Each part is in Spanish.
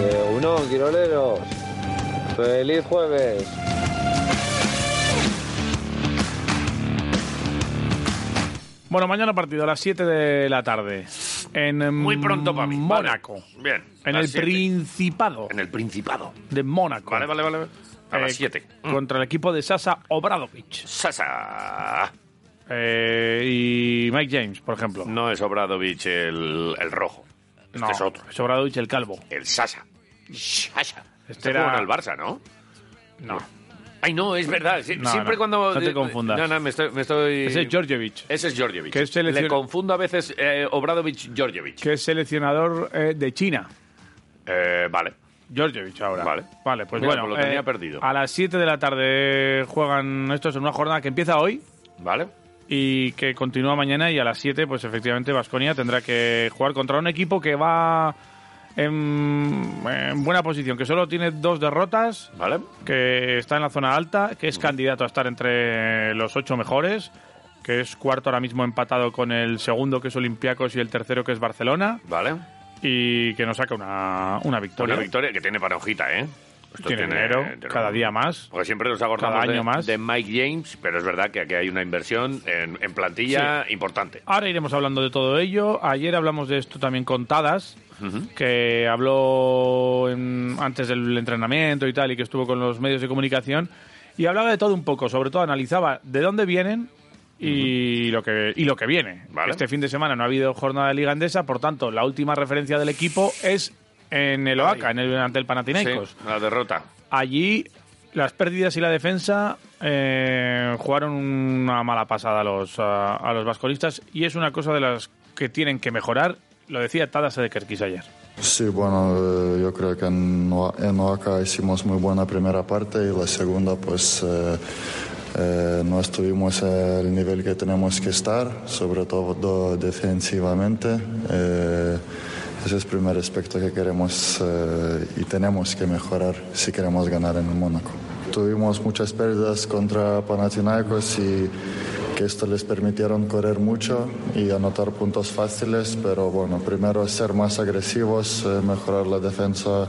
Eh, uno, quiroleros. Feliz jueves. Bueno, mañana partido a las 7 de la tarde. En em, Muy pronto para mí. Vale. Mónaco. Bien. En las el siete. Principado En el Principado. de Mónaco. Vale, vale, vale. A Eh, las Mm. 7. Contra el equipo de Sasa Obradovic. Sasa. Eh, y Mike James, por ejemplo. No es Obradovich el, el rojo. Este No, es otro. es Obradovic el calvo. El Sasa. Sasa. Este Este era- era el Barça, ¿no? No. Ay, no, es verdad. Sie- No, Siempre no. cuando. No te confundas. No, no, me estoy. me estoy- Ese es Georgievich, Ese es Georgievich. Que es seleccion- Le confundo a veces eh, Obradovich-Georgievich. que es seleccionador eh, de China. Eh, vale. Georgievich ahora. Vale. pues Mira, bueno. pues lo tenía perdido. A las 7 de la tarde juegan estos en una jornada que empieza hoy Vale. y que continúa mañana y a las 7 pues efectivamente Vasconia tendrá que jugar contra un equipo que va en, en buena posición, que solo tiene dos derrotas, Vale. que está en la zona alta, que es candidato a estar entre los ocho mejores, que es cuarto ahora mismo empatado con el segundo que es Olympiacos y el tercero que es Barcelona Vale. y que nos saca una, una victoria. Una victoria que tiene para hojita, ¿eh? Esto Tiene dinero, cada día más. Porque siempre nos acordamos Cada año de, más. de Mike James, pero es verdad que aquí hay una inversión en, en plantilla importante. Ahora iremos hablando de todo ello. Ayer hablamos de esto también con Tadas, que habló en- antes del entrenamiento y tal, y que estuvo con los medios de comunicación. Y hablaba de todo un poco, sobre todo analizaba de dónde vienen y, lo, que, y lo que viene. Vale. Este fin de semana no ha habido jornada de Liga Endesa, por tanto, la última referencia del equipo es en el OACA, en el, ante el Panathinaikos. Sí, la derrota. Allí las pérdidas y la defensa eh, jugaron una mala pasada a los, a, a los vasconistas y es una cosa de las que tienen que mejorar. Lo decía Tadas de Kerkis ayer. Sí, bueno, eh, yo creo que en, Oa- en Oaxaca hicimos muy buena primera parte y la segunda pues eh, eh, no estuvimos al nivel que tenemos que estar, sobre todo defensivamente. Eh, ese es el primer aspecto que queremos eh, y tenemos que mejorar si queremos ganar en Mónaco. Tuvimos muchas pérdidas contra Panathinaikos y que esto les permitieron correr mucho y anotar puntos fáciles, pero bueno, primero ser más agresivos, eh, mejorar la defensa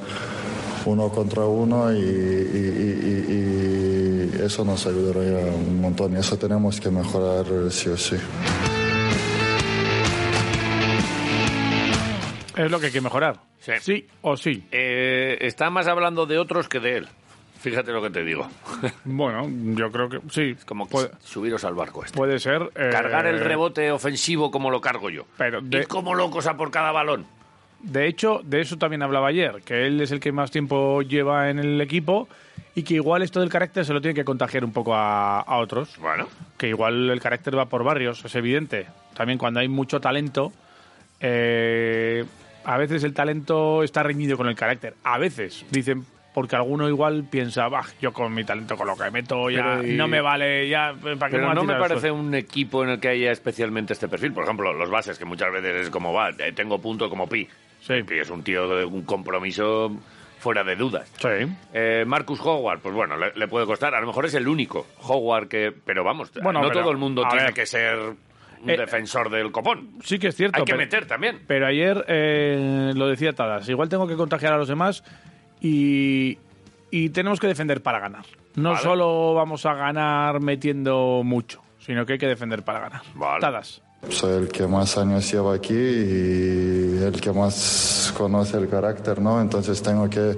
uno contra uno y, y- y- y- y eso nos ayudaría un montón y eso tenemos que mejorar eh, sí o sí. Es lo que hay que mejorar. Sí. o sí. Eh, está más hablando de otros que de él. Fíjate lo que te digo. Bueno, yo creo que sí. Como puede, subiros al barco este. puede ser. eh, Cargar el rebote ofensivo como lo cargo yo. Pero de- Ir como locos a por cada balón. De hecho, de eso también hablaba ayer, que él es el que más tiempo lleva en el equipo y que igual esto del carácter se lo tiene que contagiar un poco a- a otros. Bueno, que igual el carácter va por barrios, es evidente. También cuando hay mucho talento, eh, a veces el talento está reñido con el carácter. A veces, dicen, porque alguno igual piensa, bah, yo con mi talento, con lo que meto, ya Pero y- no me vale, ya, ¿para qué pero voy a no me tirar parece esto?". un equipo en el que haya especialmente este perfil. Por ejemplo, los bases, que muchas veces es como va, eh, tengo punto como pi. Sí. Pi es un tío de un compromiso fuera de dudas. Sí. Eh, Marcus Howard, pues bueno, le, le puede costar. A lo mejor es el único Howard que. Pero vamos, Bueno, no pero- todo el mundo a tiene ver. que ser un Eh, defensor del copón. Sí que es cierto. Hay que pero- meter también. Pero ayer eh, lo decía Tadas, igual tengo que contagiar a los demás y, y tenemos que defender para ganar. No Vale. solo vamos a ganar metiendo mucho, sino que hay que defender para ganar. Vale. Tadas. Soy el que más años lleva aquí y el que más conoce el carácter, ¿no? Entonces tengo que,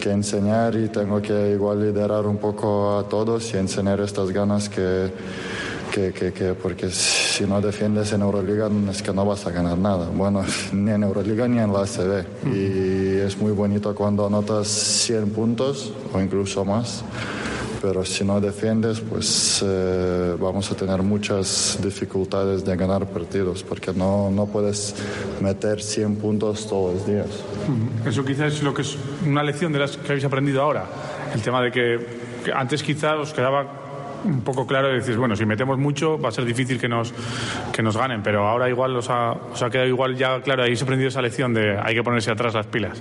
que enseñar y tengo que igual liderar un poco a todos y enseñar estas ganas que, que, que, que- porque si no defiendes en Euroliga es que no vas a ganar nada. Bueno, ni en Euroliga ni en la ACB. Y es muy bonito cuando anotas 100 puntos o incluso más, pero si no defiendes, pues eh, vamos a tener muchas dificultades de ganar partidos, porque no, no puedes meter 100 puntos todos los días. Eso quizás es lo que es una lección de las que habéis aprendido ahora. El tema de que, que antes quizás os quedaba un poco claro y decís, bueno, si metemos mucho va a ser difícil que nos, que nos ganen, pero ahora igual os ha, os ha quedado igual ya claro, habéis aprendido esa lección de hay que ponerse atrás las pilas.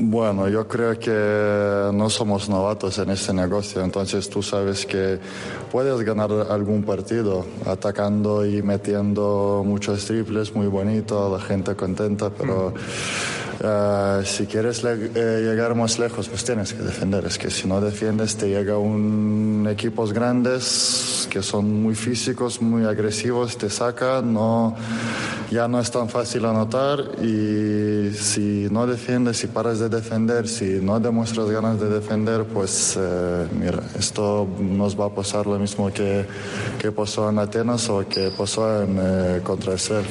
Bueno, yo creo que no somos novatos en este negocio, entonces tú sabes que puedes ganar algún partido atacando y metiendo muchos triples, muy bonito, la gente contenta, pero eh, si quieres le- eh, llegar más lejos, pues tienes que defender. Es que si no defiendes, te llega un equipos grandes que son muy físicos, muy agresivos, te saca, no, ya no es tan fácil anotar y si no defiendes, si paras de defender, si no demuestras ganas de defender, pues eh, mira, esto nos va a pasar lo mismo que, que pasó en Atenas o que pasó en, eh, contra el Ser.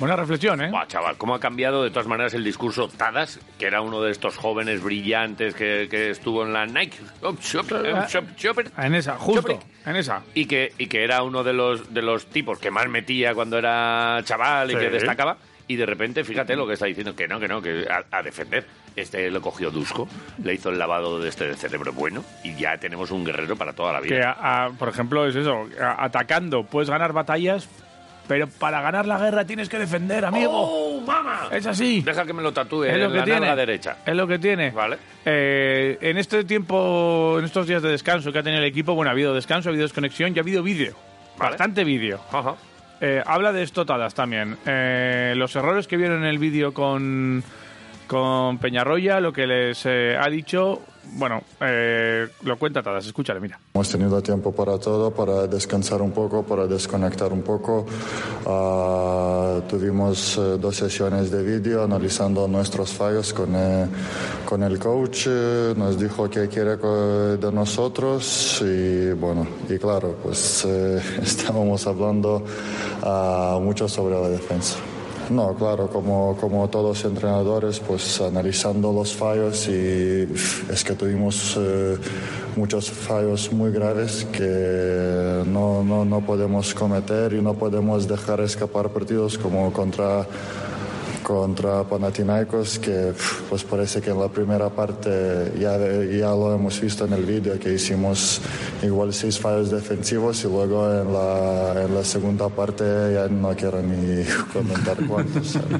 Buena reflexión, ¿eh? Buah, chaval, cómo ha cambiado de todas maneras el discurso Tadas, que era uno de estos jóvenes brillantes que, que estuvo en la Nike. Shop, shop, shop, shopper. En esa, justo, Chopric. en esa. y que, y que era uno de los, de los tipos que más metía cuando era chaval y Sí. que destacaba. Y de repente, fíjate lo que está diciendo, que no, que no, que a, a defender. Este lo cogió Dusko, le hizo el lavado de este de cerebro bueno y ya tenemos un guerrero para toda la Que, vida. a- a- por ejemplo, es eso, a- atacando puedes ganar batallas, pero para ganar la guerra tienes que defender, amigo. ¡Oh, mamá! Es así. Deja que me lo tatúe es lo en que la tiene. nalga derecha. Es lo que tiene. Vale. Eh, en este tiempo, en estos días de descanso que ha tenido el equipo, bueno, ha habido descanso, ha habido desconexión y ha habido vídeo. Vale. Bastante vídeo. Ajá. Eh, habla de esto Tadas también. Eh, los errores que vieron en el vídeo con, con Peñarroya, lo que les eh, ha dicho. Bueno, eh, lo cuenta Tadas, escúchale, mira. Hemos tenido tiempo para todo, para descansar un poco, para desconectar un poco. Ah, tuvimos eh, dos sesiones de vídeo analizando nuestros fallos con, eh, con el coach. eh, nos dijo qué quiere co- de nosotros y bueno, y claro, pues eh, estábamos hablando ah, mucho sobre la defensa. No, claro, como, como todos los entrenadores, pues analizando los fallos y pf, es que tuvimos eh, muchos fallos muy graves que no, no, no podemos cometer y no podemos dejar escapar partidos como contra contra Panathinaikos que pf, pues parece que en la primera parte ya, ya lo hemos visto en el vídeo que hicimos igual seis fallos defensivos y luego en la, en la segunda parte ya no quiero ni comentar cuántos. ¿sabes?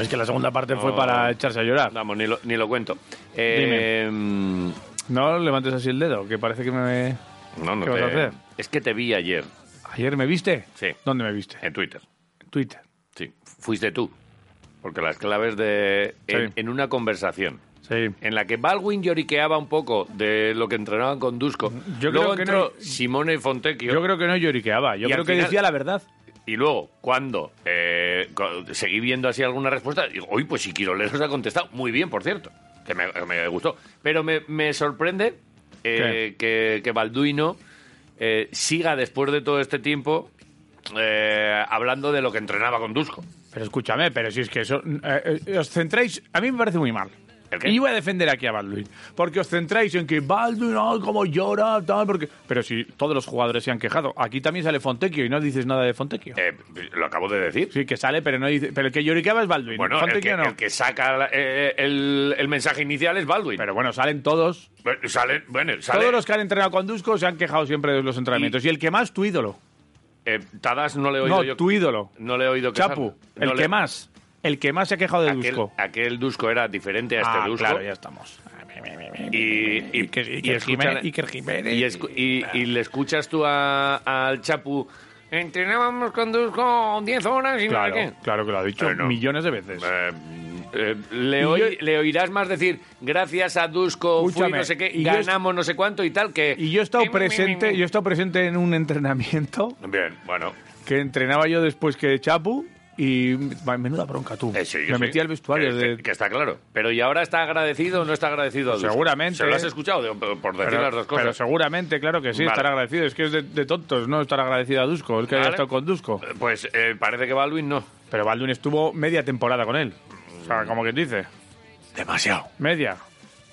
Es que la segunda parte fue para echarse a llorar. Vamos, ni lo, ni lo cuento. Eh, mm, No levantes así el dedo, que parece que me... no, no ¿Qué vas te- a hacer? Es que te vi ayer ¿Ayer me viste? Sí. ¿Dónde me viste? en Twitter. En Twitter. Sí, fuiste tú. Porque las claves de... en- Sí. en una conversación. Sí. en la que Baldwin lloriqueaba un poco de lo que entrenaban con Dusko. Yo luego creo que entró no- Simone Fontecchio. Yo creo que no lloriqueaba, yo Y al creo que final- decía la verdad. Y luego, cuando eh, cu- seguí viendo así alguna respuesta, digo, hoy pues si Quiroleros ha contestado. Muy bien, por cierto, que me, me gustó. Pero me, me sorprende eh, que, que Balduino eh, siga después de todo este tiempo eh, hablando de lo que entrenaba con Dusko. Pero escúchame, pero si es que eso, eh, eh, os centráis, a mí me parece muy mal. ¿El qué? Y yo voy a defender aquí a Baldwin, porque os centráis en que Baldwin, ay, cómo llora, tal, porque... Pero si todos los jugadores se han quejado, aquí también sale Fontecchio y no dices nada de Fontecchio. Eh, lo acabo de decir. Sí, que sale, pero no dice... Pero el que lloriqueaba es Baldwin, Bueno, el que, Fontecchio no. el que saca la- eh, el, el mensaje inicial es Baldwin. Pero bueno, salen todos. Bueno, Sale, bueno, sale. Todos los que han entrenado con Dusko se han quejado siempre de los entrenamientos. Y, el que más, tu ídolo. Eh, Tadas no le he oído No, yo. tu ídolo. No le he oído que Chapu, salga. el No que le- más. El que más se ha quejado de Aquel, Dusko. aquel Dusko era diferente a este ah, Dusko. claro, ya estamos. Y, y, y escuchan- y escu- y- y le escuchas tú a- al Chapu. Entrenábamos con Dusko 10 horas y no sé Claro, qué. claro que lo ha dicho Pero no. millones de veces. Eh, eh, le, Y oí- yo- le oírás más decir gracias a Dusko fui Escúchame, no sé qué y yo es- ganamos no sé cuánto y tal que Y yo he estado presente, yo he estado presente en un entrenamiento bien bueno que entrenaba yo después que Chapu Y va, menuda bronca tú. Eh, sí, me que sí. metí al vestuario. Que, de- que- que está claro. Pero ¿y ahora está agradecido o no está agradecido? Adulfo? Seguramente. ¿eh? ¿Se lo has escuchado? Digo, por por decir pero, las dos cosas. pero seguramente, claro que sí, Vale. estar agradecido. Es que es de, de tontos, ¿no? Estar agradecido a Dusko, el que haya Vale. estado con Dusko. Eh, Pues eh, parece que Baldwin no. Pero Baldwin estuvo media temporada con él. O sea, como quien dice. Demasiado. Media.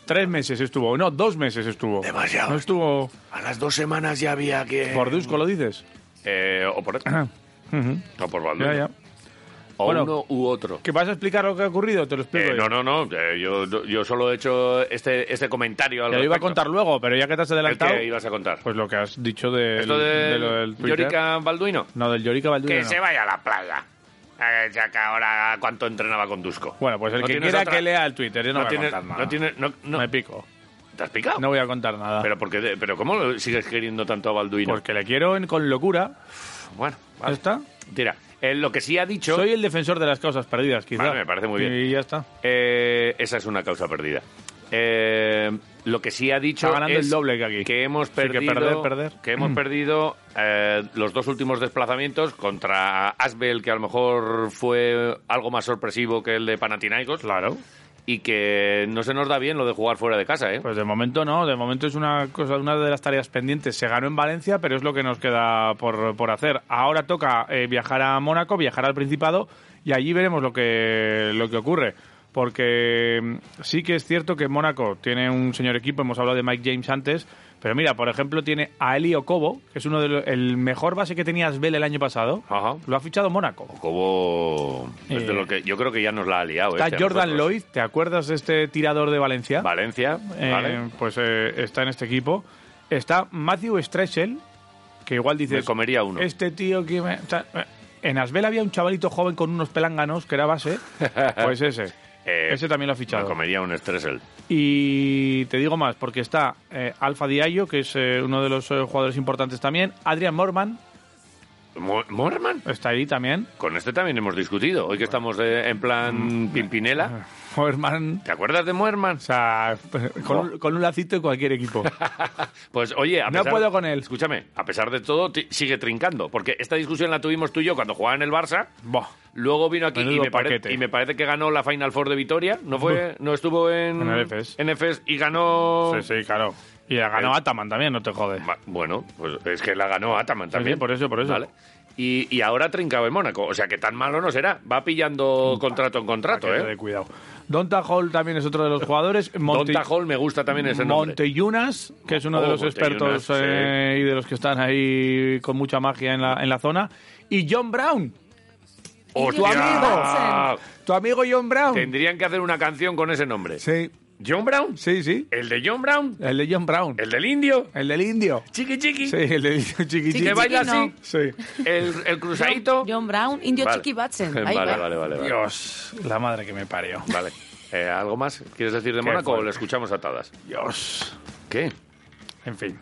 Tres meses estuvo. No, dos meses estuvo. Demasiado. No estuvo. A las dos semanas ya había que... ¿Por Dusko lo dices? Eh, o por... Ajá. Ujú. o por Baldwin. Ya, ya. O Bueno. uno u otro. ¿Que vas a explicar lo que ha ocurrido? Te lo explico. Eh, yo. no, no, no. eh, yo, yo solo he hecho este, este comentario. al Te lo iba a respecto. contar luego, pero ya que te has El adelantado. que ibas a contar. Pues lo que has dicho del- Esto de, lo del Twitter. Yorica Balduino. No, del Yorica Balduino. Que no. se vaya a la playa. Eh, Ya que ahora cuánto entrenaba con Dusko. Bueno, pues el No que tienes quiera otra- que lea el Twitter, yo no, No, voy tienes, a contar nada. no tienes- no- no- Me pico. ¿Te has picado? No voy a contar nada. Pero, porque de- pero ¿cómo lo sigues queriendo tanto a Balduino? Porque le quiero en- con locura. Bueno, ¿Ya vale. está? Tira. Eh, lo que sí ha dicho... Soy el defensor de las causas perdidas, quizá. Vale, me parece muy bien. Y ya está. Eh, esa es una causa perdida. Eh, lo que sí ha dicho Está ganando es el doble que aquí. hemos que perdido perder, perder. que hemos perdido eh, los dos últimos desplazamientos contra Asbel que a lo mejor fue algo más sorpresivo que el de Panathinaikos claro y que no se nos da bien lo de jugar fuera de casa eh Pues de momento no, de momento es una cosa, una de las tareas pendientes. Se ganó en Valencia, pero es lo que nos queda por, por hacer. Ahora toca eh, viajar a Mónaco, viajar al Principado y allí veremos lo que, lo que ocurre. Porque mm, sí que es cierto que Mónaco tiene un señor equipo, hemos hablado de Mike James antes, pero mira, por ejemplo, tiene a Eli Ocobo, que es uno de los- el mejor base que tenía Asbel el año pasado. Ajá. Pues Lo ha fichado Mónaco. como es de Eh. lo que yo creo que ya nos la ha liado Está este a Jordan nosotros. Lloyd, ¿te acuerdas de este tirador de Valencia? Valencia Eh, vale. Pues eh, está en este equipo. Está Matthew Streschel, que igual dice. Me comería uno. Este tío que me. ta- eh". En Asbel había un chavalito joven con unos pelánganos que era base. Pues ese. Eh, ese también lo ha fichado. me comería un Stressel Y te digo más, porque está eh, Alfa Diallo, que es eh, uno de los eh, jugadores importantes también. Adrian Morman Mo- Morman está ahí también. Con este también hemos discutido. Hoy que estamos eh, en Mm. plan Pimpinela. Morman. ¿Te acuerdas de Muerman? O sea, con, un- con un lacito de cualquier equipo. Pues oye, a No pesar- puedo con él. Escúchame, a pesar de todo, ti- sigue trincando. Porque esta discusión la tuvimos tú y yo cuando jugaba en el Barça. Buah. Luego vino aquí y Menudo me, pare- paquete. y me parece que ganó la Final Four de Vitoria. ¿No fue no estuvo en, En el FS. en FS y ganó. Sí, sí, claro. Y la ganó El- Ataman también, no te jodes. Ma- Bueno, pues es que la ganó Ataman también. sí, por eso, por eso. Vale. Y, y ahora trincado en Mónaco. O sea que tan malo no será. Va pillando contrato en contrato, Paquete Mm, de ¿eh? cuidado. Donta Hall también es otro de los jugadores. Monte, Donta Hall me gusta también ese nombre. Monteyunas, que es uno de Oh, los expertos Monteyunas, sí. eh, y de los que están ahí con mucha magia en la, en la zona. Y John Brown, tu amigo. Tu amigo John Brown. Tendrían que hacer una canción con ese nombre. Sí, ¿John Brown? sí, sí. ¿El de John Brown? El de John Brown. ¿El del indio? El del indio. ¿Chiqui chiqui? Sí, el del indio ¿Que chiquitito. Chiqui baila no. así? Sí. ¿El, el cruzadito? John Brown, Indio Vale. Chiqui Batsen. Vale, Ahí va. vale, vale, vale. Dios, la madre que me parió. Vale. Eh, ¿Algo más quieres decir de Qué Mónaco o fuerte. lo escuchamos atadas? Dios. ¿Qué? En fin.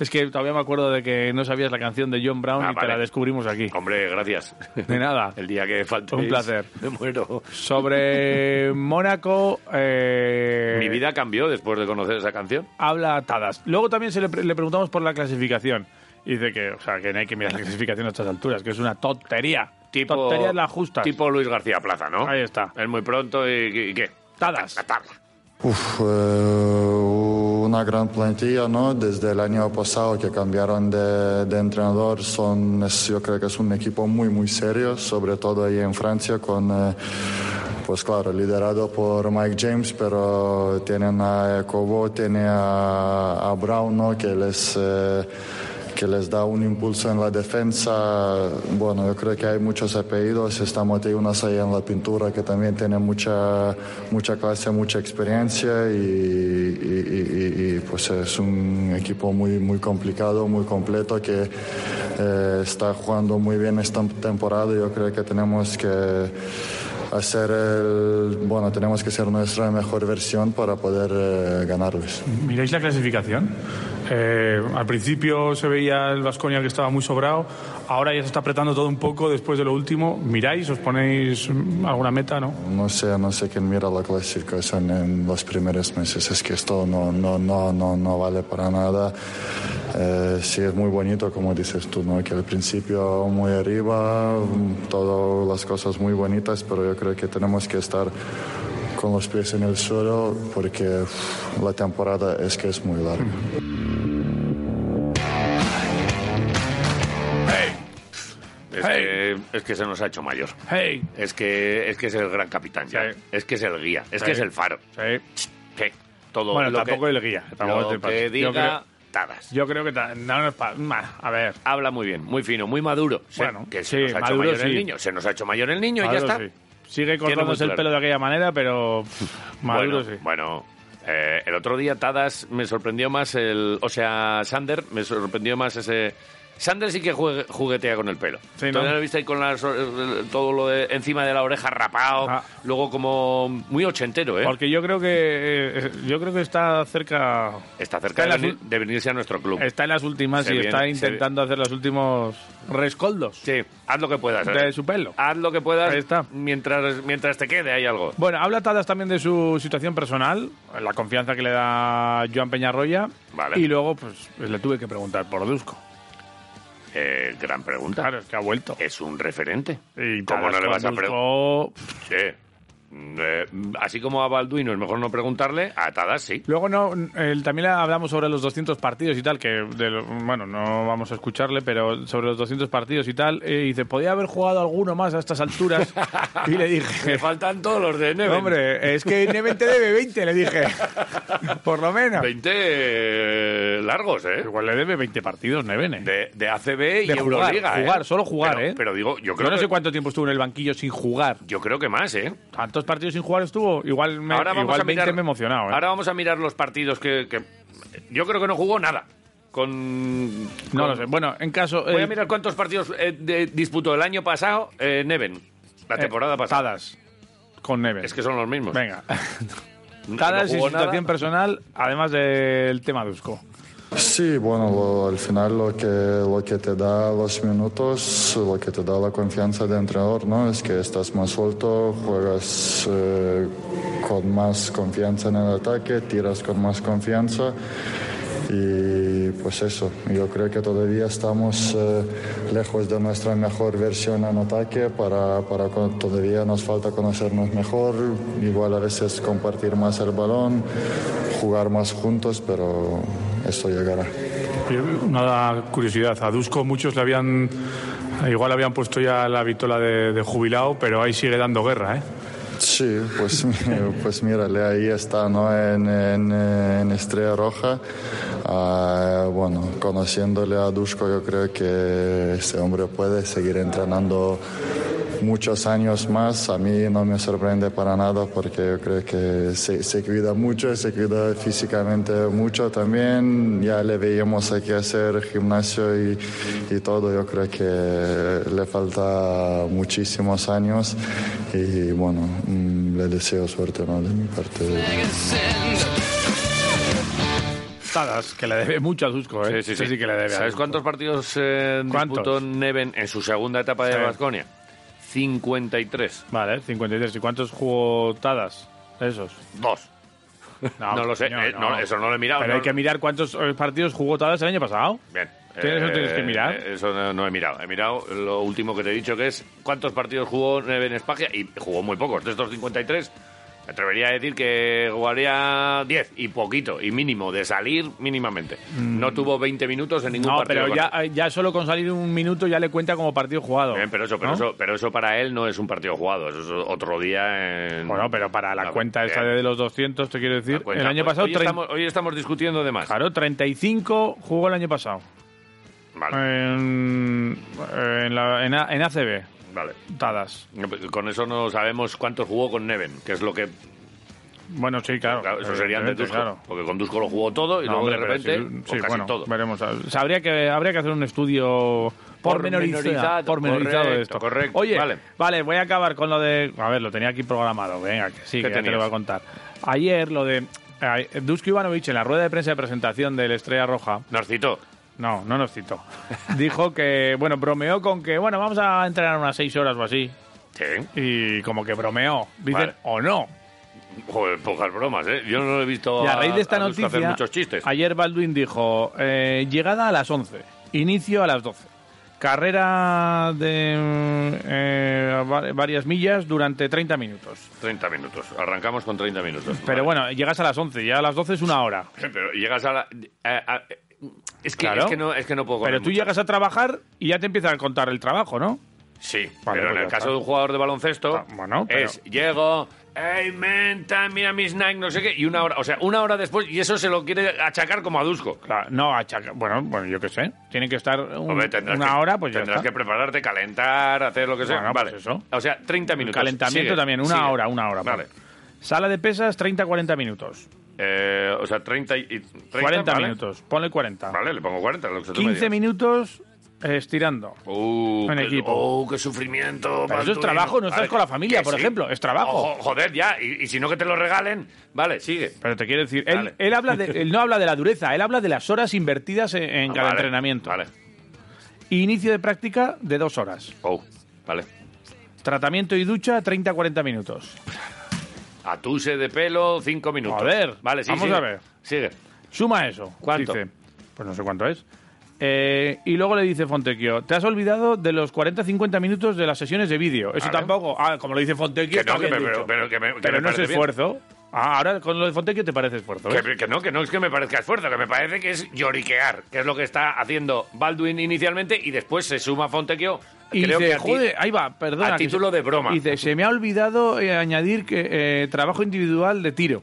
Es que todavía me acuerdo de que no sabías la canción de John Brown Ah, y vale. te la descubrimos aquí. Hombre, gracias. De nada. El día que faltéis. Un placer. Me muero. Sobre Mónaco. eh, Mi vida cambió después de conocer esa canción. Habla atadas. Luego también se le, pre- le preguntamos por la clasificación. Y dice que, o sea, que no hay que mirar la clasificación a estas alturas, que es una tontería. tontería es la justa. Tipo Luis García Plaza, ¿no? Ahí está. Es muy pronto y, y ¿qué? Tadas. La tabla. Uf, eh, una gran plantilla, ¿no? Desde el año pasado que cambiaron de, de entrenador, son, es- yo creo que es un equipo muy, muy serio, sobre todo ahí en Francia, con, eh, pues claro, liderado por Mike James, pero tienen a Cobo, tiene a, a Brown, ¿no? Que les, eh, que les da un impulso en la defensa. Bueno, yo creo que hay muchos apellidos. Está Mateunas ahí en la pintura que también tiene mucha, mucha clase, mucha experiencia y, y- y- y, pues es un equipo muy, muy complicado, muy completo que eh, está jugando muy bien esta temporada. Yo creo que tenemos que hacer el, bueno, tenemos que ser nuestra mejor versión para poder eh, ganarles. ¿Miráis la clasificación? Eh, al principio se veía el Vasconia que estaba muy sobrado, ahora ya se está apretando todo un poco después de lo último. ¿Miráis? ¿Os ponéis mm, alguna meta? ¿no? No sé, no sé quién mira la clasificación en los primeros meses. Es que esto no, no, no, no, no vale para nada. Eh, sí, es muy bonito, como dices tú, ¿no? que al principio muy arriba, mm, todas las cosas muy bonitas, pero yo creo que tenemos que estar con los pies en el suelo porque uf, la temporada es que es muy larga. Es, que, es que se nos ha hecho mayor. ¡Hey! Es que es que es el gran capitán ya. Sí. Es que es el guía. Es Sí. que es el faro. Sí. Sí. Todo Bueno, lo tampoco que, el guía, tampoco lo te pases. que Yo diga creo- Tadas. Yo creo que... ta- No, no es pa- ma, a ver, Habla muy bien, muy fino, muy maduro. Se- Bueno, que sí, se nos ha hecho maduro mayor el sí. niño. Se nos ha hecho mayor el niño y ya Maduro está. sí. Sigue muy cortándose el claro. pelo de aquella manera, pero pff, Maduro bueno, sí. bueno, eh, el otro día Tadas me sorprendió más el... O sea, Sander me sorprendió más ese... Sander sí que juegue- juguetea con el pelo. Sí, ¿no? Entonces lo viste ahí con las- todo lo de encima de la oreja rapado, Ah. luego como muy ochentero, ¿eh? Porque yo creo que eh, yo creo que está cerca está cerca está en de, las venir- de venirse a nuestro club. está en las últimas Se y viene, está se intentando hacer los últimos rescoldos Sí, haz lo que puedas. ¿eh? de su pelo. Haz lo que puedas Ahí está. Mientras, mientras te quede hay algo. Bueno, habla Tadas también de su situación personal, la confianza que le da Joan Peñarroya. Vale. Y luego, pues, le tuve que preguntar por Dusko. Eh, gran pregunta. Claro, es que ha vuelto. Es un referente. Y Eh, ¿Cómo no Tadas le con vas a preguntar? Dusko, Eh, así como a Balduino es mejor no preguntarle, a Tadas sí. Luego no, el- también hablamos sobre los 200 partidos y tal, que de lo- bueno, no vamos a escucharle, pero sobre los 200 partidos y tal, eh, dice, podía haber jugado alguno más a estas alturas. y le dije, faltan todos los de Neven. hombre, es que Neven te debe 20, le dije, por lo menos. 20 eh, largos, ¿eh? Igual le debe 20 partidos Neven, eh. De, de ACB y De jugar, Euroliga, ¿eh? jugar, solo jugar, Pero- ¿eh? Pero digo, yo creo Yo no que, sé cuánto tiempo estuvo en el banquillo sin jugar. yo creo que más, ¿eh? ¿Cuántos partidos sin jugar estuvo? Igual, me, igual 20 me he emocionado, ¿eh? Ahora vamos a mirar los partidos que, que- yo creo que no jugó nada. Con no con- lo sé. Bueno, en caso... Voy eh, a mirar cuántos partidos eh, de- disputó el año pasado eh, Neven, la eh, temporada pasada. Tadas con Neven. Es que son los mismos. Pues Venga. No Cada jugó nada. situación personal, además del tema Dusko. Sí, bueno, lo- al final lo que, lo que te da los minutos, lo que te da la confianza de entrenador, ¿no? Es que estás más suelto, juegas eh, con más confianza en el ataque, tiras con más confianza y pues eso, yo creo que todavía estamos eh, lejos de nuestra mejor versión en ataque, para, para con- todavía nos falta conocernos mejor, igual a veces compartir más el balón, jugar más juntos, pero eso llegará. Una curiosidad, a Dusko muchos le habían, igual habían puesto ya la vitola de, jubilado, pero ahí sigue dando guerra, ¿eh? Sí, pues, pues mírale, ahí está, ¿no? En, en, eh, en Estrella Roja. Ah, bueno, conociéndole a Dusko, yo creo que ese hombre puede seguir entrenando muchos años más. A mí no me sorprende para nada porque yo creo que se, se cuida mucho, se cuida físicamente mucho también. Ya le veíamos aquí hacer gimnasio y, y todo. Yo creo que le falta muchísimos años y bueno, mm, le deseo suerte ¿no? de mi parte. Tadas, que le debe mucho a Dusko, ¿eh? Sí, sí, Ese sí. que le debe. a ¿Sabes Dusko. cuántos partidos eh, ¿Cuántos? disputó Neven en su segunda etapa de Sí. Vasconia? 53. Vale, 53. ¿Y cuántos jugó Tadas? Esos. Dos. No, lo sé, coño, eh, no, eso no lo he mirado, Pero no. hay que mirar cuántos eh, partidos jugó Tadas el año pasado. Bien. Tienes- eso tienes que mirar. eh, Eso no, no he mirado. He mirado lo último que te he dicho, que es cuántos partidos jugó Neven en Espagia y jugó muy pocos. De estos 53, me atrevería a decir que jugaría 10 y poquito, y mínimo, de salir mínimamente. No tuvo 20 minutos en ningún Mm. No, partido. pero con ya, ya solo con salir un minuto ya le cuenta como partido jugado. Bien, pero eso, pero ¿no? eso, pero eso para él no es un partido jugado, eso es otro día en... Bueno, pero para la Ah, cuenta bien. esta de los 200, te quiero La decir, cuenta. el año Pues pasado... Hoy, trein- estamos, hoy estamos discutiendo de más. Claro, 35 jugó el año pasado. Vale, Eh. En, en, la- en A- en ACB, vale. Tadas. No, pues Con eso no sabemos cuántos jugó con Neven, que es lo que... Bueno, sí, claro. claro, eso sería de evidentemente, Dusko, claro. porque con Dusko lo jugó todo y No, luego hombre, de pero repente, sí, o sí, casi bueno, todo. veremos. O sea, habría que, habría que hacer un estudio pormenorizado, Pormenorizado, pormenorizado de esto. correcto, correcto, Oye, vale. vale, voy a acabar con lo de... A ver, lo tenía aquí programado, venga, que sí, ¿Qué que ya te tenías? lo voy a contar. Ayer lo de eh, Dusko Ivanovic en la rueda de prensa de presentación del Estrella Roja, Nos citó. no, no nos citó, dijo que, bueno, bromeó con que, bueno, vamos a entrenar unas seis horas o así. Sí. Y como que bromeó, dicen, Vale. o no. Joder, pocas bromas, ¿eh? Yo no lo he visto Y a raíz de esta a Dusko hacer noticia, muchos chistes. ayer Baldwin dijo, eh, llegada a las 11, inicio a las 12, carrera de mm, eh, va- varias millas durante 30 minutos. 30 minutos. Arrancamos con 30 minutos. Pero bueno, llegas a las 11, ya a las 12 es una hora. Vale. Pero llegas a la... a- a- es, que, Claro. es, que no, es que no puedo... Pero correr tú mucho. llegas a trabajar y ya te empiezan a contar el trabajo, ¿no? Sí, Vale, pues pero en ya el está. caso de un jugador de baloncesto Ah, bueno, pero- es llego, hey menta, mira mis Nike, no sé qué, y una hora, o sea, una hora después, y eso se lo quiere achacar como a Dusko. Claro, no, achaca- bueno, bueno, yo qué sé. Tienen que estar un- Hombre, tendrás una que- hora, pues ya tendrás está. que prepararte, calentar, hacer lo que sea. Bueno, vale. pues eso. O sea, 30 minutos. Calentamiento Sigue, también, una sigue. hora, una hora. pues. Vale. Sala de pesas, 30-40 minutos. Eh, o sea, 30 y 30, 40 ¿vale? minutos, ponle 40. Vale, le pongo 40, lo que tú 15 me digas. minutos eh, estirando. Uh, En qué, equipo. oh, qué sufrimiento. Pero eso es Balduino. trabajo, no estás con la familia, que por ejemplo, es trabajo. Ojo, joder, ya, y, y si no que te lo regalen. Vale, sigue. Pero te quiero decir, él, Vale. él habla de- él no habla de la dureza, él habla de las horas invertidas en, en cada Ah, Vale, entrenamiento. Vale. Inicio de práctica de dos horas. Oh, vale. Tratamiento y ducha, 30-40 minutos. Atuse de pelo, cinco minutos. Joder, vale, sí, vamos sigue. a ver. Sigue. Suma eso. ¿Cuánto? Dice, pues no sé cuánto es. Eh, y luego le dice Fontecchio, te has olvidado de los 40-50 minutos de las sesiones de vídeo. Eso Vale. tampoco. Ah, como lo dice Fontecchio, Que no, está que bien me- dicho. pero- pero que me- que Pero me no es parece bien. esfuerzo. Ah, ahora con lo de Fontecchio te parece esfuerzo. ¿ves? Que, que no, que no es que me parezca esfuerzo, que me parece que es lloriquear, que es lo que está haciendo Baldwin inicialmente y después se suma Fontecchio. Y creo dice, que a ti- joder, ahí va, perdona. a que título se- de broma. Dice, se me ha olvidado eh, añadir que eh, trabajo individual de tiro.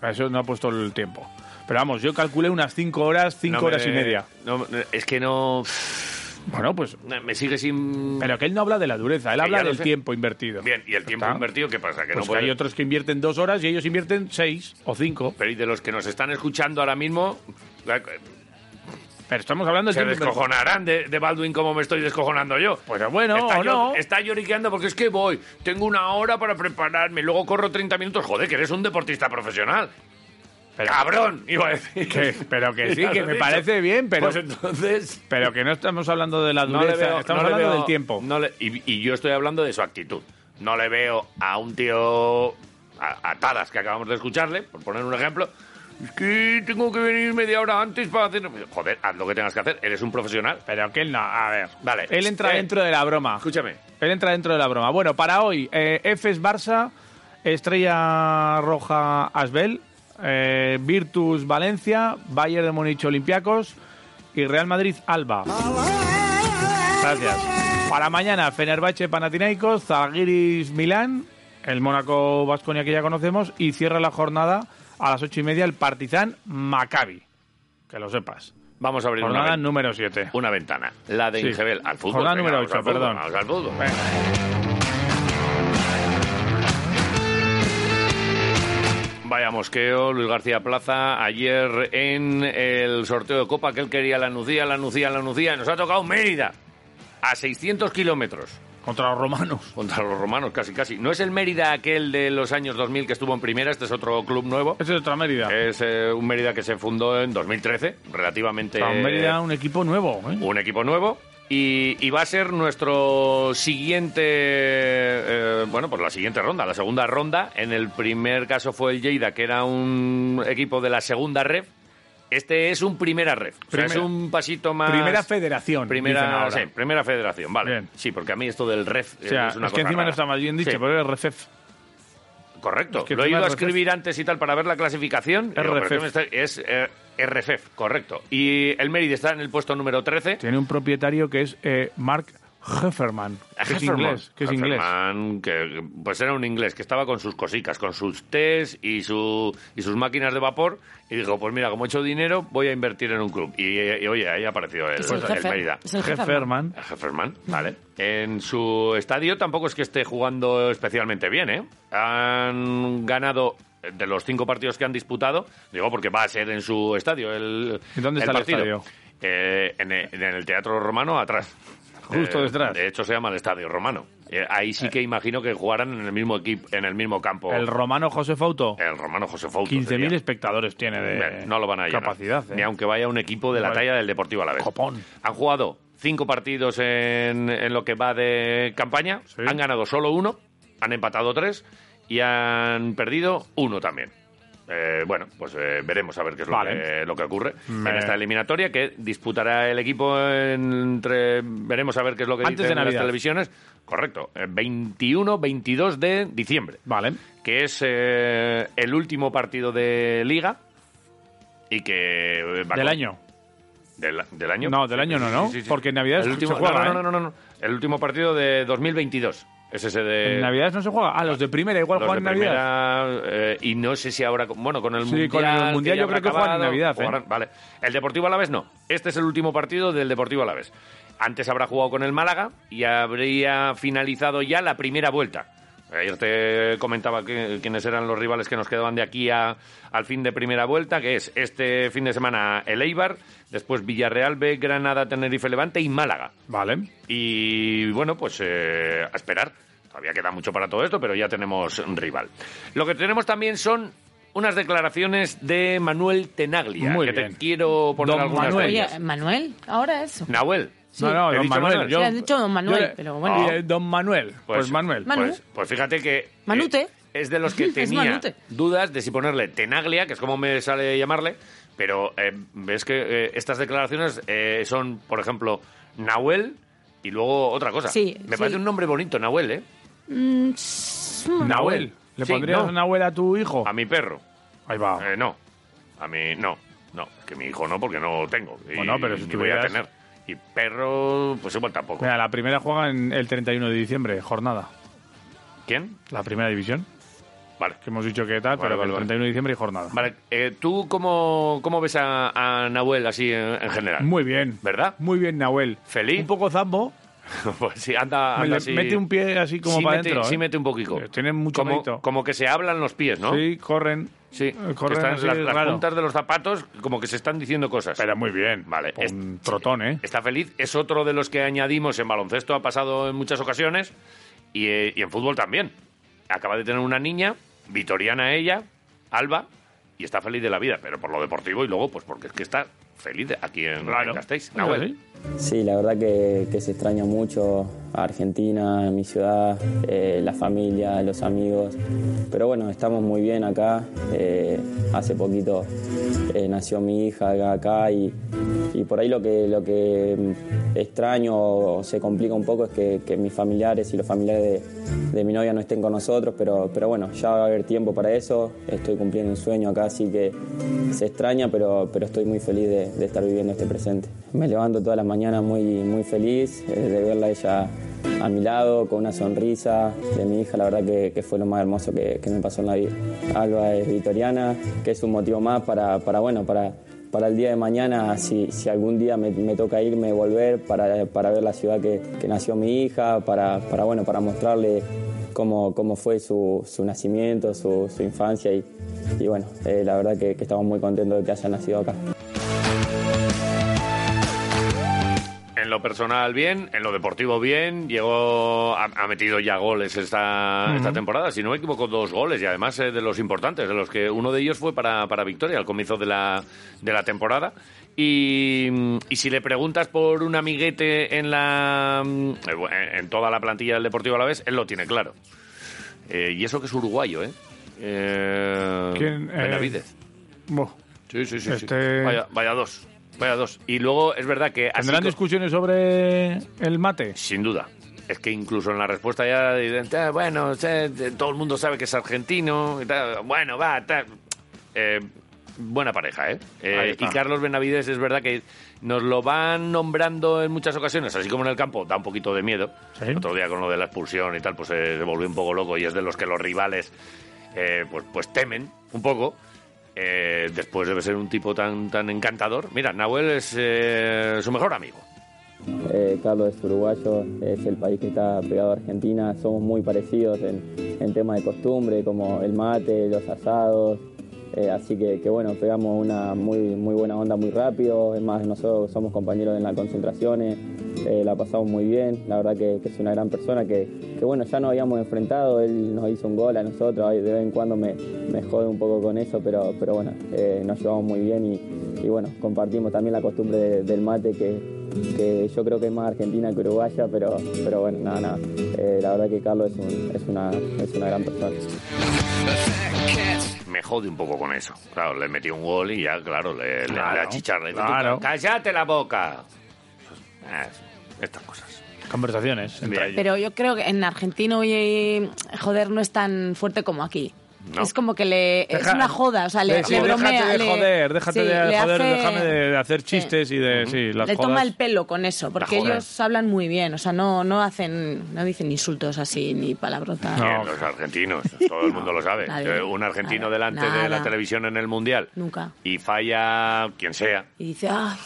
Para Eso no ha puesto el tiempo. Pero vamos, yo calculé unas 5 horas, 5 no horas me- y media. no, es que no. Bueno, pues... Me sigue sin. Pero que él no habla de la dureza, él Que habla ya lo del sé. tiempo invertido. Bien, y el tiempo Está. invertido, ¿qué pasa? Que Pues no que puede- hay otros que invierten dos horas y ellos invierten seis o cinco. Pero y de los que nos están escuchando ahora mismo, Pero estamos hablando del se tiempo invertido. descojonarán de, de Baldwin como me estoy descojonando yo. Pues bueno, está, o llor- no. está lloriqueando porque es que voy, tengo una hora para prepararme, luego corro 30 minutos. Joder, que eres un deportista profesional. Pero- ¡Cabrón! Iba a decir. Que- pero que sí, Ya que lo me he parece bien, pero- Pues entonces... Pero que no estamos hablando de la No dureza, le veo, estamos no le hablando veo- del tiempo. no le- y, y yo estoy hablando de su actitud. No le veo a un tío a- atadas que acabamos de escucharle, por poner un ejemplo. Es que tengo que venir media hora antes para hacer... Joder, haz lo que tengas que hacer, eres un profesional. Pero que él no, a ver. Vale. Él entra Eh, dentro de la broma. Escúchame, Él entra dentro de la broma. Bueno, para hoy, eh, es Barça, Estrella Roja Asbel, eh, Virtus Valencia, Bayern de Múnich Olympiacos y Real Madrid Alba. Gracias. Para mañana, Fenerbahce Panathinaikos, Zalgiris Milán, el Mónaco Vasconia que ya conocemos y cierra la jornada a las ocho y media el Partizan Maccabi. Que lo sepas. vamos a abrir una, Jornada ven- número 7. una ventana. La de Sí. Ingebel al fútbol. Jornada venga, número vamos al 8, fútbol, perdón. Vamos al fútbol. Vaya mosqueo, Luis García Plaza, ayer en el sorteo de Copa que él quería la Nucía, la Nucía, la Nucía, nos ha tocado Mérida, a 600 kilómetros Contra los romanos. contra los romanos, casi, casi. No es el Mérida aquel de los años 2000 que estuvo en primera, este es otro club nuevo. Esa es otra Mérida. Es eh, un Mérida que se fundó en 2013, relativamente... San Mérida, un equipo nuevo. ¿eh? un equipo nuevo y, y va a ser nuestro siguiente, eh, bueno, pues la siguiente ronda, la segunda ronda. En el primer caso fue el Lleida, que era un equipo de la segunda red. Este es un primera red, o sea, Primera- es un pasito más... Primera federación, dicen Primera, ahora. sí, primera federación, vale. Bien. Sí, porque a mí esto del ref eh, O sea, es una es que cosa encima rara. no está más bien dicho, Sí, pero es RCF. correcto. es que Lo he ido a encima RFF. escribir antes y tal para ver la clasificación. Y digo, ¿pero qué me está- Es eh, RFF, correcto. Y el Mérida está en el puesto número 13. Tiene un propietario que es eh, Mark Hefferman, que es Hefferman. inglés. Que es inglés. Hefferman, Ah, que, pues era un inglés que estaba con sus cosicas, con sus tés y, su, y sus máquinas de vapor. Y dijo, pues mira, como he hecho dinero, voy a invertir en un club. Y, y, oye, Pues ahí apareció el, Es el el jefe. Mérida. Es el jefe. Eh, Hefferman. Hefferman, vale. En su estadio tampoco es que esté jugando especialmente bien, ¿eh? Han ganado eh, de los cinco partidos que han disputado, digo porque va a ser en su estadio el, ¿Y dónde el está el partido. estadio? Eh, en, el, en el Teatro Romano, atrás. Justo Eh, detrás. De hecho, se llama el Estadio Romano. Eh, ahí sí que imagino que jugaran en el mismo equipo, en el mismo campo. El romano José Fauto, el Romano José Fouto. 15.000 sería. espectadores tiene de Bien, No lo van a llenar. capacidad. ¿eh? Ni aunque vaya un equipo de la Vale. talla del Deportivo a la vez. Copón. Han jugado cinco partidos en, en lo que va de campaña. Sí. Han ganado solo uno. Han empatado tres. Y han perdido uno también. Eh, bueno, pues eh, veremos a ver qué es lo Vale. que- eh, lo que ocurre Me- en esta eliminatoria que disputará el equipo entre veremos a ver qué es lo que Antes dicen de Navidad. las televisiones correcto eh, 21 22 de diciembre Vale. que es eh, el último partido de liga y que eh, va Del con- año. del, del año No, del Sí, año no, sí, ¿no? sí, sí, sí. Porque en Navidad el se último juega, no, no, ¿eh? no, no, no. el último partido de 2022 es ese de En Navidades no se juega. Ah, los de primera igual Eh, los de juegan en Navidad. primera, eh, y no sé si ahora, con- bueno, con el Sí, Mundial. con el Mundial ya yo creo habrá que juegan en acabado, Navidad, ¿eh? jugarán- Vale. El Deportivo Alavés no. Este es el último partido del Deportivo Alavés. Antes habrá jugado con el Málaga y habría finalizado ya la primera vuelta. Ayer te comentaba que- quiénes eran los rivales que nos quedaban de aquí a- al fin de primera vuelta, que es este fin de semana el Eibar, después Villarreal B, Granada, Tenerife, Levante y Málaga. Vale. Y bueno, pues eh, a esperar. Todavía queda mucho para todo esto, pero ya tenemos un rival. Lo que tenemos también son unas declaraciones de Manuel Tenaglia, Muy que bien. te quiero poner Don algunas de Manuel. ellas. Gracias. Oye, Manuel, ahora eso. Nahuel. Sí. No, no, ¿He don dicho Manuel. Manuel? yo- Sí, has dicho don Manuel, yo le- pero bueno. Eh, don Manuel. Pues, Manuel. Manu. Pues, pues fíjate que... Manute. eh, es de los que Es tenía Manute. dudas de si ponerle Tenaglia, que es como me sale llamarle, pero eh, ves que eh, estas declaraciones eh, son, por ejemplo, Nahuel y luego otra cosa. Sí, me sí. parece un nombre bonito, Nahuel, ¿eh? Nahuel. ¿Le Sí, pondrías no. Nahuel a tu hijo? A mi perro. Ahí va. Eh, no, a mí no. No, que mi hijo no, porque no lo tengo. Y Bueno, pero si ni voy a tuvieras- tener. Y perro, pues igual tampoco. Mira, la primera juega en el 31 de diciembre, jornada. ¿Quién? La primera división, Vale. que hemos dicho que tal, Vale, pero vale, el vale. 31 de diciembre y jornada. Vale, eh, ¿tú cómo, cómo ves a, a Nahuel así en, en general? Muy bien. ¿Verdad? Muy bien, Nahuel. Feliz. Un poco zambo. pues sí, anda, Me anda le- así- Mete un pie así como sí para mete, adentro. ¿eh? Sí mete un poquito. Tiene mucho como, mérito. como que se hablan los pies, ¿no? Sí, corren. Sí, Eh, que Corren están así, las, las raro. puntas de los zapatos como que se están diciendo cosas. Pero muy bien. Vale, Un es- trotón, ¿eh? Está feliz, es otro de los que añadimos en baloncesto, ha pasado en muchas ocasiones y, eh, y en fútbol también. Acaba de tener una niña, Vitoriana ella, Alba, y está feliz de la vida, pero por lo deportivo y luego, pues porque es que está feliz aquí en, Claro. en Gasteiz. Eso Nahuel. Sí, la verdad que, que se extraña mucho a Argentina, a mi ciudad, eh, la familia, los amigos. Pero bueno, estamos muy bien acá. Eh, hace poquito eh, nació mi hija acá y, y por ahí lo que, lo que mm, extraño o se complica un poco es que, que mis familiares y los familiares de, de mi novia no estén con nosotros. Pero, pero bueno, ya va a haber tiempo para eso. Estoy cumpliendo un sueño acá, así que se extraña, pero, pero estoy muy feliz de, de estar viviendo este presente. Me levanto todas las mañanas muy, muy feliz eh, de verla a ella a mi lado, con una sonrisa de mi hija, la verdad que, que fue lo más hermoso que, que me pasó en la vida. Alba es vitoriana, que es un motivo más para, para, bueno, para, para el día de mañana, si, si algún día me, me toca irme, volver, para, para ver la ciudad que, que nació mi hija, para, para, bueno, para mostrarle cómo, cómo fue su, su nacimiento, su, su infancia y, y bueno, eh, la verdad que, que estamos muy contentos de que haya nacido acá. En lo personal bien, en lo deportivo bien, llegó, ha, ha metido ya goles esta, esta temporada, si no me equivoco, dos goles y además eh, de los importantes, de los que uno de ellos fue para, para Victoria al comienzo de la, de la temporada. Y, mm, y si le preguntas por un amiguete en, la, mm, eh, bu- en en toda la plantilla del Deportivo a la vez, él lo tiene claro. Eh, y eso que es uruguayo, ¿eh? eh ¿Quién, eh? Benavidez. Buh. Sí, sí, sí. sí. Este- Vaya, vaya dos. Vaya dos. Y luego es verdad que... así ¿Tendrán co- discusiones sobre el mate? sin duda. Es que incluso en la respuesta ya dicen, "Ah, bueno, sé, eh, todo el mundo sabe que es argentino, y tal, bueno, va, tal". Eh, buena pareja, ¿eh? Eh, Ahí está. y Carlos Benavides es verdad que nos lo van nombrando en muchas ocasiones, así como en el campo, da un poquito de miedo. Sí. El Otro día con lo de la expulsión y tal, pues eh, se volvió un poco loco y es de los que los rivales eh, pues, pues temen un poco. Eh, después debe ser un tipo tan, tan encantador. Mira, Nahuel es eh, su mejor amigo. Eh, Carlos es uruguayo, es el país que está pegado a Argentina, somos muy parecidos en, en temas de costumbre como el mate, los asados, eh, así que, que bueno, pegamos una muy, muy buena onda muy rápido, es más, nosotros somos compañeros en las concentraciones, eh, la pasamos muy bien, la verdad que, que es una gran persona que, que, bueno, ya nos habíamos enfrentado, él nos hizo un gol a nosotros, Ay, de vez en cuando me, me jode un poco con eso, pero, pero bueno, eh, nos llevamos muy bien y, y, bueno, compartimos también la costumbre de- del mate que, que yo creo que es más argentina que uruguaya, pero, pero bueno, nada, nada. Eh, la verdad que Carlos es, un- es una, es una gran persona. Me jode un poco con eso. Claro, le metí un gol y ya, claro, le, le- Claro, le achicharré. claro. ¡Cállate la boca! Ah, Estas cosas. Conversaciones. Mira, yo- Pero yo creo que en argentino y joder no es tan fuerte como aquí. No. Es como que le Deja- es una joda, o sea, le, Eh, Sí, le déjate bromea, de le- joder, déjate sí, de le joder, hace- déjame de hacer chistes y de sí, las le jodas. toma el pelo con eso, porque joda. ellos hablan muy bien, o sea, no no hacen no dicen insultos así ni palabrotas. No. Eh, Los argentinos, todo el mundo lo sabe. nadie, Eh, un argentino nada, delante de la nada. televisión en el Mundial. Nunca. Y falla quien sea. Y dice, "Ay,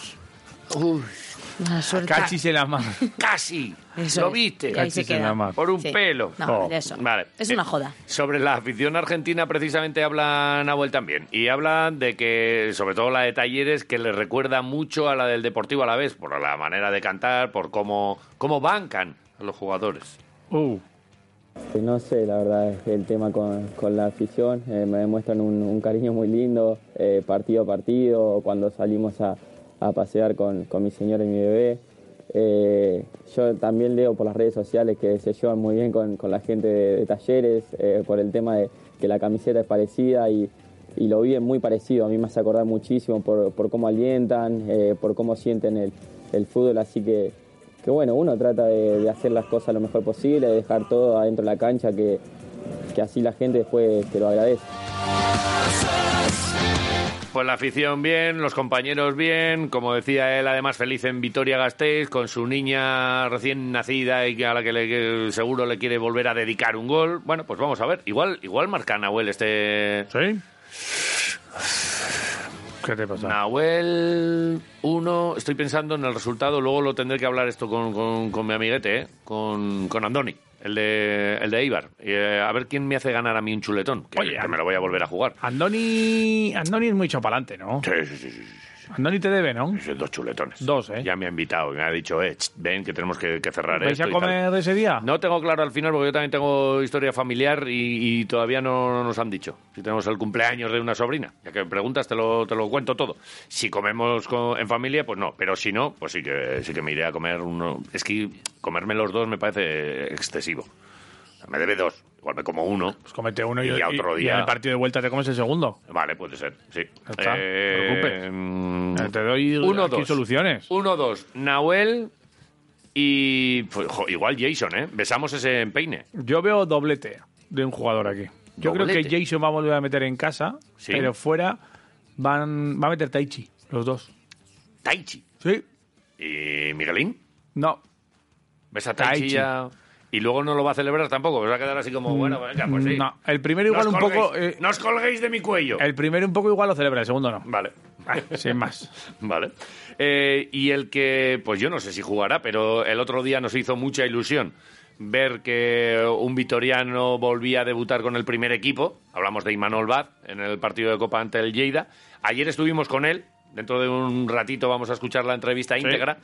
mala suerte." Cachis en la mano. ¡Casi! Eso ¿Lo es. viste? Y ahí se Cachis en queda. la mano. Por un Sí. pelo. No, Oh. eso. Vale. Es Eh, una joda. Sobre la afición argentina, precisamente habla Nahuel también. Y habla de que, sobre todo la de Talleres, que le recuerda mucho a la del Deportivo a la vez, por la manera de cantar, por cómo, cómo bancan a los jugadores. Uh, Pues No sé, la verdad, el tema con, con la afición. eh, me demuestran un, un cariño muy lindo, eh, partido a partido, cuando salimos a, a pasear con, con mi señora y mi bebé. Eh, yo también leo por las redes sociales que se llevan muy bien con, con la gente de, de talleres, eh, por el tema de que la camiseta es parecida y, y lo viven muy parecido. A mí me hace acordar muchísimo por, por cómo alientan, eh, por cómo sienten el, el fútbol, así que que bueno, uno trata de, de hacer las cosas lo mejor posible, de dejar todo adentro de la cancha, que, que así la gente después te lo agradece. Pues la afición bien, los compañeros bien, como decía él, además feliz en Vitoria-Gasteiz con su niña recién nacida y que a la que, le- que seguro le quiere volver a dedicar un gol. Bueno, pues vamos a ver. Igual, igual marca Nahuel este ¿Sí? ¿Qué te pasa? Nahuel 1, estoy pensando en el resultado, luego lo tendré que hablar esto con, con- con mi amiguete, ¿eh? con, con Andoni, el de, el de Eibar. Eh, a ver quién me hace ganar a mí un chuletón, que, Oye, que me lo voy a volver a jugar. Andoni, Andoni es muy chopalante, ¿no? Sí, sí, sí, sí, sí, Andoni te debe, ¿no? sí, dos chuletones. Dos, ¿eh? Ya me ha invitado y me ha dicho, eh, ch, ven que tenemos que, que cerrar ¿Vais esto a y tal. comer ese día? No tengo claro al final, porque yo también tengo historia familiar y, y todavía no, no nos han dicho. Si tenemos el cumpleaños de una sobrina, ya que me preguntas, te lo, te lo cuento todo. Si comemos co- en familia, pues no, pero si no, pues sí que, sí que me iré a comer uno. Es que comerme los dos me parece excesivo. O sea, Me debe dos, igual me como uno. Pues comete uno y, Y a otro y- y día. en el partido de vuelta te comes el segundo. Vale, puede ser, sí. Ya está, no te preocupes. mm, Eh, te doy aquí soluciones. Uno, dos. Nahuel y. pues, jo, igual Jason, ¿eh? Besamos ese empeine. Yo veo doblete de un jugador aquí. Yo creo ¿Doblete? que Jason va a volver a meter en casa, Sí. pero fuera van, va a meter Taichi, los dos. Taichi. ¿Sí? ¿Y Miguelín? No. ¿Ves a Taichi, Taichi. ya? Y luego no lo va a celebrar tampoco, se va a quedar así como, bueno, venga, pues sí. Mm. No, el primero No igual os un colguéis, poco... eh, no os colguéis de mi cuello. El primero un poco igual lo celebra, el segundo no. Vale. Sin más. Vale. Eh, y el que, pues yo no sé si jugará, pero el otro día nos hizo mucha ilusión ver que un vitoriano volvía a debutar con el primer equipo. Hablamos de Imanol Bad en el partido de Copa ante el Lleida. Ayer estuvimos con él. Dentro de un ratito vamos a escuchar la entrevista íntegra.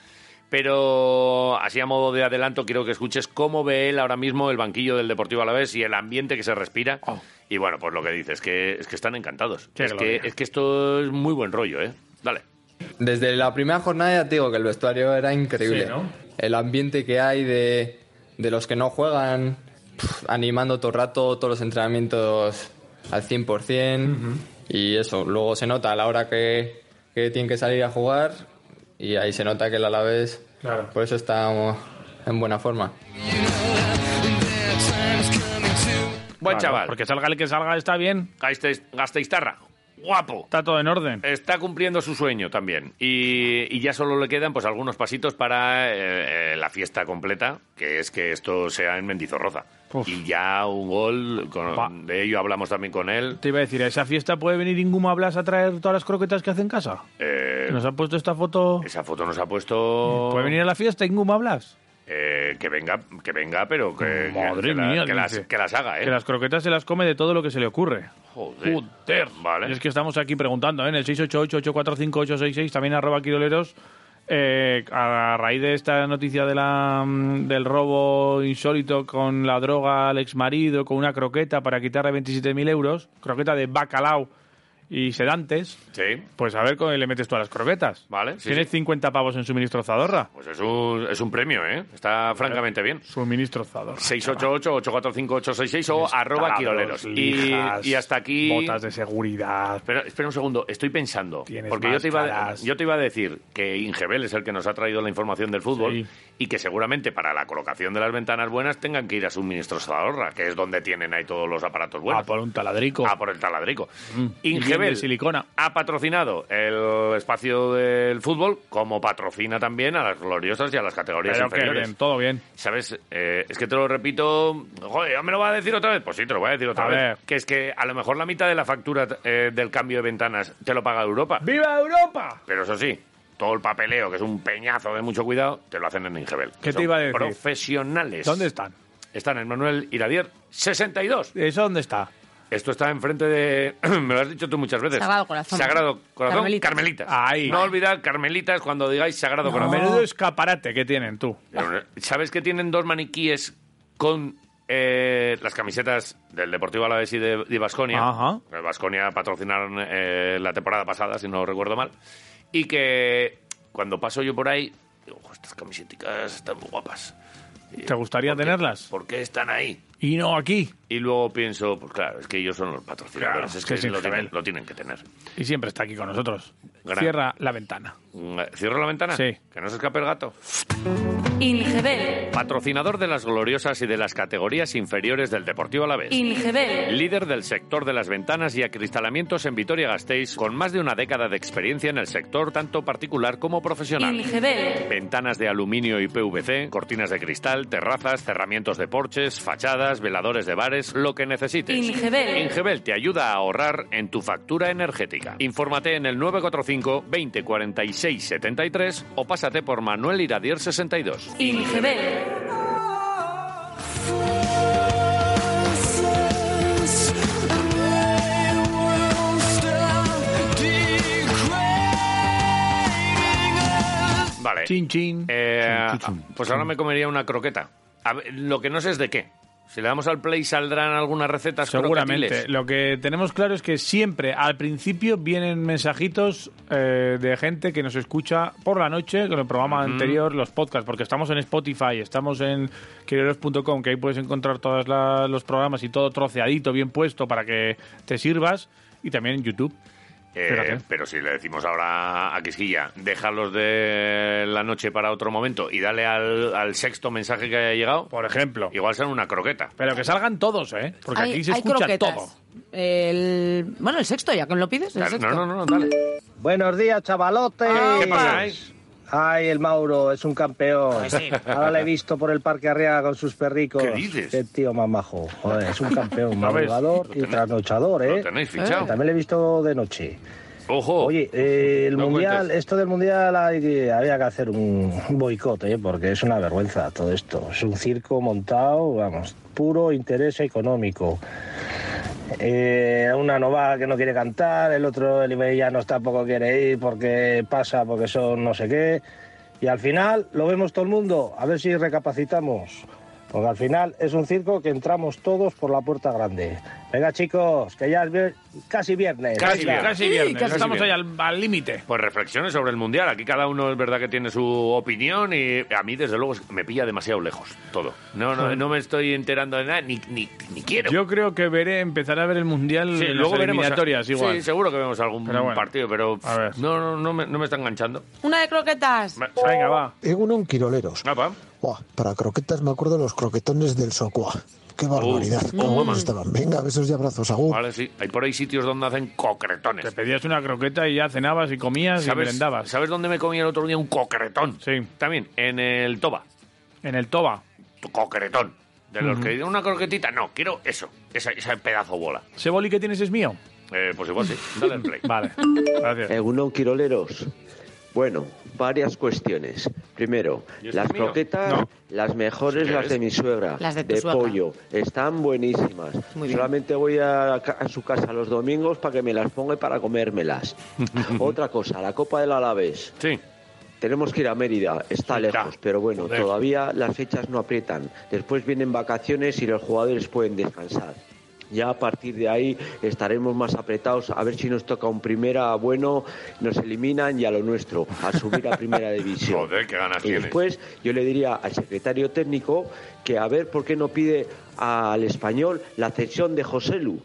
Pero así a modo de adelanto quiero que escuches cómo ve él ahora mismo el banquillo del Deportivo Alavés y el ambiente que se respira. Oh. Y bueno, pues lo que dices, que es que están encantados. Qué Es que, gloria. es que esto es muy buen rollo, ¿eh? Dale. Desde la primera jornada ya te digo que el vestuario era increíble. Sí, ¿no? El ambiente que hay de, de los que no juegan, pf, animando todo el rato, todos los entrenamientos al 100%. Y eso, luego se nota a la hora que, que tienen que salir a jugar y ahí se nota que el Alavés Claro. por eso está um, en buena forma. Buen Claro, chaval. Porque salga el que salga, está bien. Gasteiz- Gasteiztarra. Guapo. Está todo en orden. Está cumpliendo su sueño también. Y, y ya solo le quedan pues algunos pasitos para eh, eh, la fiesta completa, que es que esto sea en Mendizorroza. Uf. Y ya un gol, con- Va. de ello hablamos también con él. Te iba a decir, ¿a esa fiesta puede venir Inguma Blas a traer todas las croquetas que hace en casa? Eh, Nos ha puesto esta foto... esa foto nos ha puesto... ¿Puede venir a la fiesta Inguma Blas? eh, que venga, que venga, pero que, Madre que la- mía, que las, dice. que las haga, ¿eh? Que las croquetas se las come de todo lo que se le ocurre. Joder. Vale. Y es que estamos aquí preguntando, ¿eh? En el 688 845 866 también arroba quiroleros, eh, a raíz de esta noticia de la, mm, del robo insólito con la droga al exmarido, con una croqueta para quitarle 27.000 euros, croqueta de bacalao y sedantes, Sí. pues a ver cómo le metes tú a las croquetas. Vale, sí, Tienes sí. 50 pavos en suministro Zadorra. Pues es un, es un premio, ¿eh? Está francamente bien. Suministro Zadorra. 688-845-866 o arroba quiroleros. Y, lijas, y hasta aquí... Botas de seguridad. Espera, espera un segundo, estoy pensando. Tienes Porque yo te, iba, máscaras. yo te iba a decir que Ingebel es el que nos ha traído la información del fútbol Sí. y que seguramente para la colocación de las ventanas buenas tengan que ir a suministros Zadorra, que es donde tienen ahí todos los aparatos buenos. Ah, por un taladrico. Ah, por el taladrico. y bien Ingebel de silicona. ha patrocinado el espacio del fútbol, como patrocina también a las gloriosas y a las categorías Pero que inferiores. bien, todo bien. ¿Sabes? Eh, es que te lo repito. Joder, ¿me lo va a decir otra vez? Pues sí, te lo voy a decir otra A vez. ver. Que es que a lo mejor la mitad de la factura eh, del cambio de ventanas te lo paga Europa. ¡Viva Europa! Pero eso sí, todo el papeleo, que es un peñazo de mucho cuidado, te lo hacen en Ingebel. que ¿Qué te son iba a decir? Profesionales. ¿Dónde están? Están en Manuel Iradier 62. ¿Eso dónde está? Esto está enfrente de. Me lo has dicho tú muchas veces. Sagrado Corazón. Sagrado Corazón. Carmelitas. Carmelitas. Ahí. No olvidar Carmelitas cuando digáis Sagrado A Corazón. menudo escaparate que tienen tú. Pero, ¿Sabes que tienen dos maniquíes con eh, las camisetas del Deportivo Alavés y de, de Baskonia? Ajá. El Baskonia patrocinaron eh, la temporada pasada, si no recuerdo mal. Y que cuando paso yo por ahí, digo, "Ojo, estas camisetas están muy guapas. ¿Te gustaría ¿Por qué- tenerlas? ¿Por qué están ahí? Y no aquí. Y luego pienso, pues claro, es que ellos son los patrocinadores, Claro, es que que, es lo, tienen, Ingebel. lo tienen que tener. Y siempre está aquí con nosotros. Gran- Cierra la ventana. Mm, ¿Cierro la ventana? Sí. Que no se escape el gato. Ingebel, Patrocinador de las gloriosas y de las categorías inferiores del Deportivo Alavés. Ingebel, Líder del sector de las ventanas y acristalamientos en Vitoria-Gasteiz, con más de una década de experiencia en el sector tanto particular como profesional. Ingebel, Ventanas de aluminio y PVC, cortinas de cristal, terrazas, cerramientos de porches, fachadas, veladores de bares, lo que necesites. Ingebel. Ingebel te ayuda a ahorrar en tu factura energética. Infórmate en el 945 20 46 73 o pásate por Manuel Iradier 62. Ingebel, Vale. Chin, chin. Eh, Chum, chum, chum. pues ahora me comería una croqueta. A ver, lo que no sé es de qué. Si le damos al play saldrán algunas recetas Seguramente. crocatiles. Lo que tenemos claro es que siempre al principio vienen mensajitos eh, de gente que nos escucha por la noche, con el programa anterior, los podcasts, porque estamos en Spotify, estamos en quereros.com, que ahí puedes encontrar todos los programas y todo troceadito, bien puesto para que te sirvas, y también en YouTube. Eh, Fíjate. pero si le decimos ahora a Quisquilla, déjalos de la noche para otro momento y dale al, al sexto mensaje que haya llegado, Por ejemplo. igual serán una croqueta. Pero que salgan todos, ¿eh? Porque hay, aquí se hay escucha croquetas. todo. El, bueno, el sexto, ya que lo pides. El Claro, sexto. No, no, no, dale. Buenos días, chavalote. Ah, ¿Qué pasa? Ay, el Mauro es un campeón. Ahora le he visto por el Parque Arriaga con sus perricos. ¿Qué dices? Qué tío mamajo. Joder, es un campeón, ¿Lo ves? madrugador y tenéis- trasnochador, ¿eh? Lo tenéis fichado. También le he visto de noche. Ojo. Oye, eh, el No mundial, cuentes. esto del mundial hay que- había que hacer un, un boicot, ¿eh? porque es una vergüenza todo esto. Es un circo montado, vamos, puro interés económico. Eh, una novada que no quiere cantar, el otro, el Ibellanos tampoco quiere ir porque pasa, porque son no sé qué. Y al final lo vemos todo el mundo, a ver si recapacitamos. Porque al final es un circo que entramos todos por la puerta grande. Venga chicos, que ya es vier- casi viernes. Casi Venga. viernes. Casi Sí, viernes, casi estamos ahí viernes. al- al límite. Pues reflexiones sobre el mundial. Aquí cada uno es verdad que tiene su opinión y a mí, desde luego, me pilla demasiado lejos todo. No, no, no me estoy enterando de nada, ni, ni, ni quiero. Yo creo que veré, empezaré a ver el mundial Sí, en luego las veremos. eliminatorias igual. Sí, seguro que vemos algún Pero bueno. partido, pero A ver. no, no, no, me, no me está enganchando. Una de croquetas. Va- Venga, va. Egunon Quiroleros. Ah, va. Buah, para croquetas me acuerdo los croquetones del Socua. Qué barbaridad. ¿Cómo estaban? Venga, besos y abrazos. Agur. Vale, sí. Hay por ahí sitios donde hacen Te cocretones. pedías una croqueta y ya cenabas y comías y ¿Sabes, merendabas. ¿Sabes dónde me comí el otro día un cocretón? Sí. También, en el Toba. En el Toba. Cocretón. De los que dicen una croquetita. No, quiero eso. Esa, ese pedazo bola. ¿Ese boli que tienes es mío? Eh, pues igual sí. Dale el play. Vale, gracias. Egunon Quiroleros. Bueno, varias cuestiones. Primero, ¿Y este las mío? croquetas, No. las mejores, ¿Sí las que de es? mi suegra, Las de tu suegra. pollo, están buenísimas. Muy bien. Solamente voy a, ca- a su casa los domingos para que me las ponga y para comérmelas. Otra cosa, la copa del Alavés. Sí. tenemos que ir a Mérida, está lejos, pero bueno, Joder. todavía las fechas no aprietan. Después vienen vacaciones y los jugadores pueden descansar. Ya a partir de ahí estaremos más apretados a ver si nos toca un primera bueno, nos eliminan y a lo nuestro, a subir a primera división. Joder, qué ganas Y tienes. después yo le diría al secretario técnico que a ver por qué no pide al español la cesión de José Lu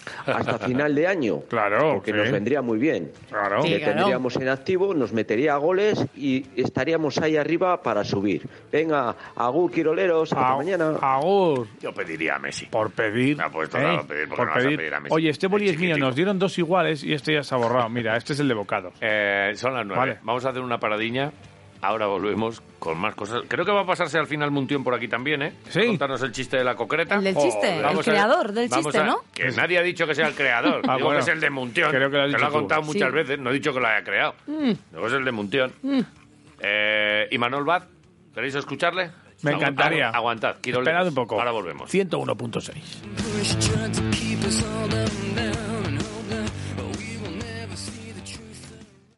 hasta final de año. Claro. Porque nos vendría muy bien. Claro. Le Sí, claro. tendríamos en activo, nos metería a goles y estaríamos ahí arriba para subir. Venga, Agur Quiroleros, hasta mañana. Agur. Yo pediría a Messi. Por pedir. Ah, pues ¿eh? claro, pedir, porque Por no vas a pedir. pedir a Messi. Oye, este boli es mío, nos dieron dos iguales y este ya se ha borrado. Mira, este es el de bocado. Eh, son las nueve. Vale. Vamos a hacer una paradiña. Ahora volvemos con más cosas. Creo que va a pasarse al final Muntión por aquí también, ¿eh? Sí. Contarnos el chiste de la concreta. El del chiste, el creador del vamos chiste, ¿no? Que nadie ha dicho que sea el creador. Ah, Digo bueno. que es el de Muntión. Creo que lo has Te dicho ha contado tú. muchas Sí. veces. No he dicho que lo haya creado. Mm, Luego es el de Muntión. mm. Eh, ¿Y Manuel Vaz? ¿Queréis escucharle? Me Agu- encantaría. agu- aguantad. Quiero Esperad un poco. Ahora volvemos. 101.6. tried to keep us all down.